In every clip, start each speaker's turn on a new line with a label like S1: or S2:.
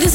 S1: this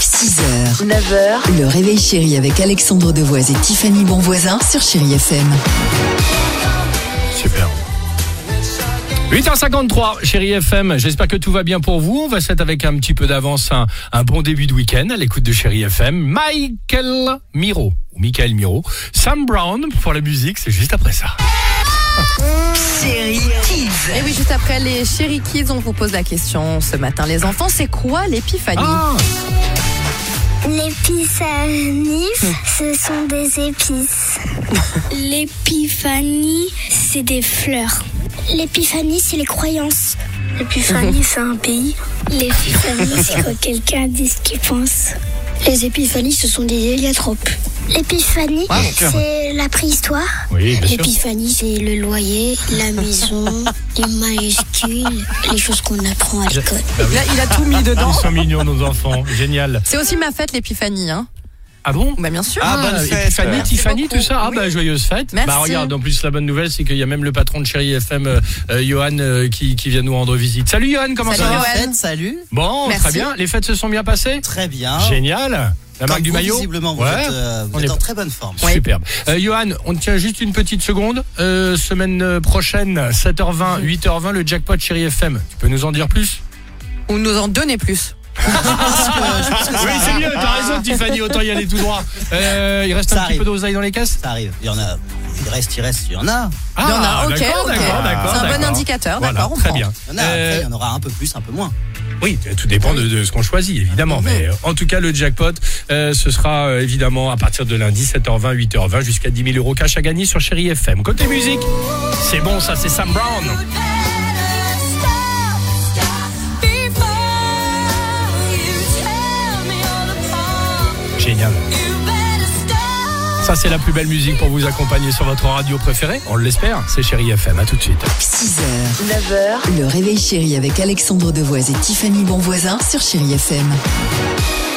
S2: 6h, 9h, le réveil chéri avec Alexandre Devoise et Tiffany Bonvoisin sur Chérie FM.
S3: Super.
S4: 8h53, chérie FM, j'espère que tout va bien pour vous. On va s'être avec un petit peu d'avance un, un bon début de week-end à l'écoute de chérie FM. Michael Miro, ou Michael Miro, Sam Brown pour la musique, c'est juste après ça.
S2: Chérie Kids.
S5: Et oui, juste après les Chéri Kids, on vous pose la question ce matin. Les enfants, c'est quoi l'épiphanie
S4: Ah,
S6: L'épiphanie, ce sont des épices. L'épiphanie, c'est des fleurs. L'épiphanie, c'est les croyances. Mhm. L'épiphanie, c'est un pays. L'épiphanie, c'est quand quelqu'un dit ce qu'il pense. Les épiphanies, ce sont des héliotropes. L'épiphanie, c'est la préhistoire.
S4: Ah, oui, bien sûr.
S6: L'épiphanie, c'est le loyer, la maison, les majuscules, les choses qu'on apprend à l'école.
S5: Là, il a tout mis dedans.
S4: Ah, Ils sont mignons, nos enfants. Génial.
S5: C'est aussi ma fête, l'épiphanie. Hein
S4: Ah bon
S5: bah, bien sûr.
S3: Ah, bonne fête.
S4: Tiffany, Tiffany,
S5: beaucoup.
S4: tout ça. Ah, bah, joyeuse fête.
S5: Merci.
S4: Bah, regarde, en plus, la bonne nouvelle, c'est qu'il y a même le patron de Chérie FM, euh, euh, Johan, euh, qui, qui vient nous rendre visite. Salut, Johan, comment
S5: Salut,
S4: ça va
S5: Johan.
S3: Fête, salut.
S4: Bon,
S5: Merci.
S4: très bien. Les fêtes se sont bien passées
S3: Très bien.
S4: Génial. La
S3: Ah. Comme
S4: marque du
S3: vous,
S4: maillot
S3: Visiblement, vous
S4: Ouais.
S3: êtes, euh, vous
S4: On
S3: êtes
S4: est-
S3: en très bonne forme.
S4: Superbe. Euh, Johan, on tient juste une petite seconde. Euh, semaine prochaine, 7h20, 8h20, le jackpot Chérie FM. Tu peux nous en dire plus
S5: Ou nous en donner plus.
S4: Oui,
S3: Ah.
S4: c'est mieux, t'as raison, Tiffany, autant y aller tout droit. Euh, il reste
S3: Ça
S4: un petit
S3: arrive.
S4: peu d'oseille dans les caisses
S3: Ça arrive. Il y en a. Il reste, il reste, il y en a.
S4: Ah,
S5: Il y en a, ok,
S4: d'accord,
S5: ok.
S4: d'accord, d'accord,
S5: C'est un bon
S4: d'accord.
S5: indicateur,
S4: Voilà,
S5: d'accord, on
S4: Très
S5: prend.
S4: bien.
S3: Il y en a. Après,
S4: Euh,
S3: il y en aura un peu plus, un peu moins.
S4: Oui, tout dépend de, de ce qu'on choisit, évidemment.
S3: Mhm.
S4: Mais euh, en tout cas, le jackpot, euh, ce sera euh, évidemment à partir de lundi, 7h20, 8h20, jusqu'à 10 000 euros cash à gagner sur Chéri FM. Côté musique, c'est bon, ça, c'est Sam Brown. Génial. Ça, c'est la plus belle musique pour vous accompagner sur votre radio préférée. On l'espère. C'est Chéri FM. À tout de suite.
S2: 6h, 9h, le réveil chéri avec Alexandre Devoise et Tiffany Bonvoisin sur Chérie FM.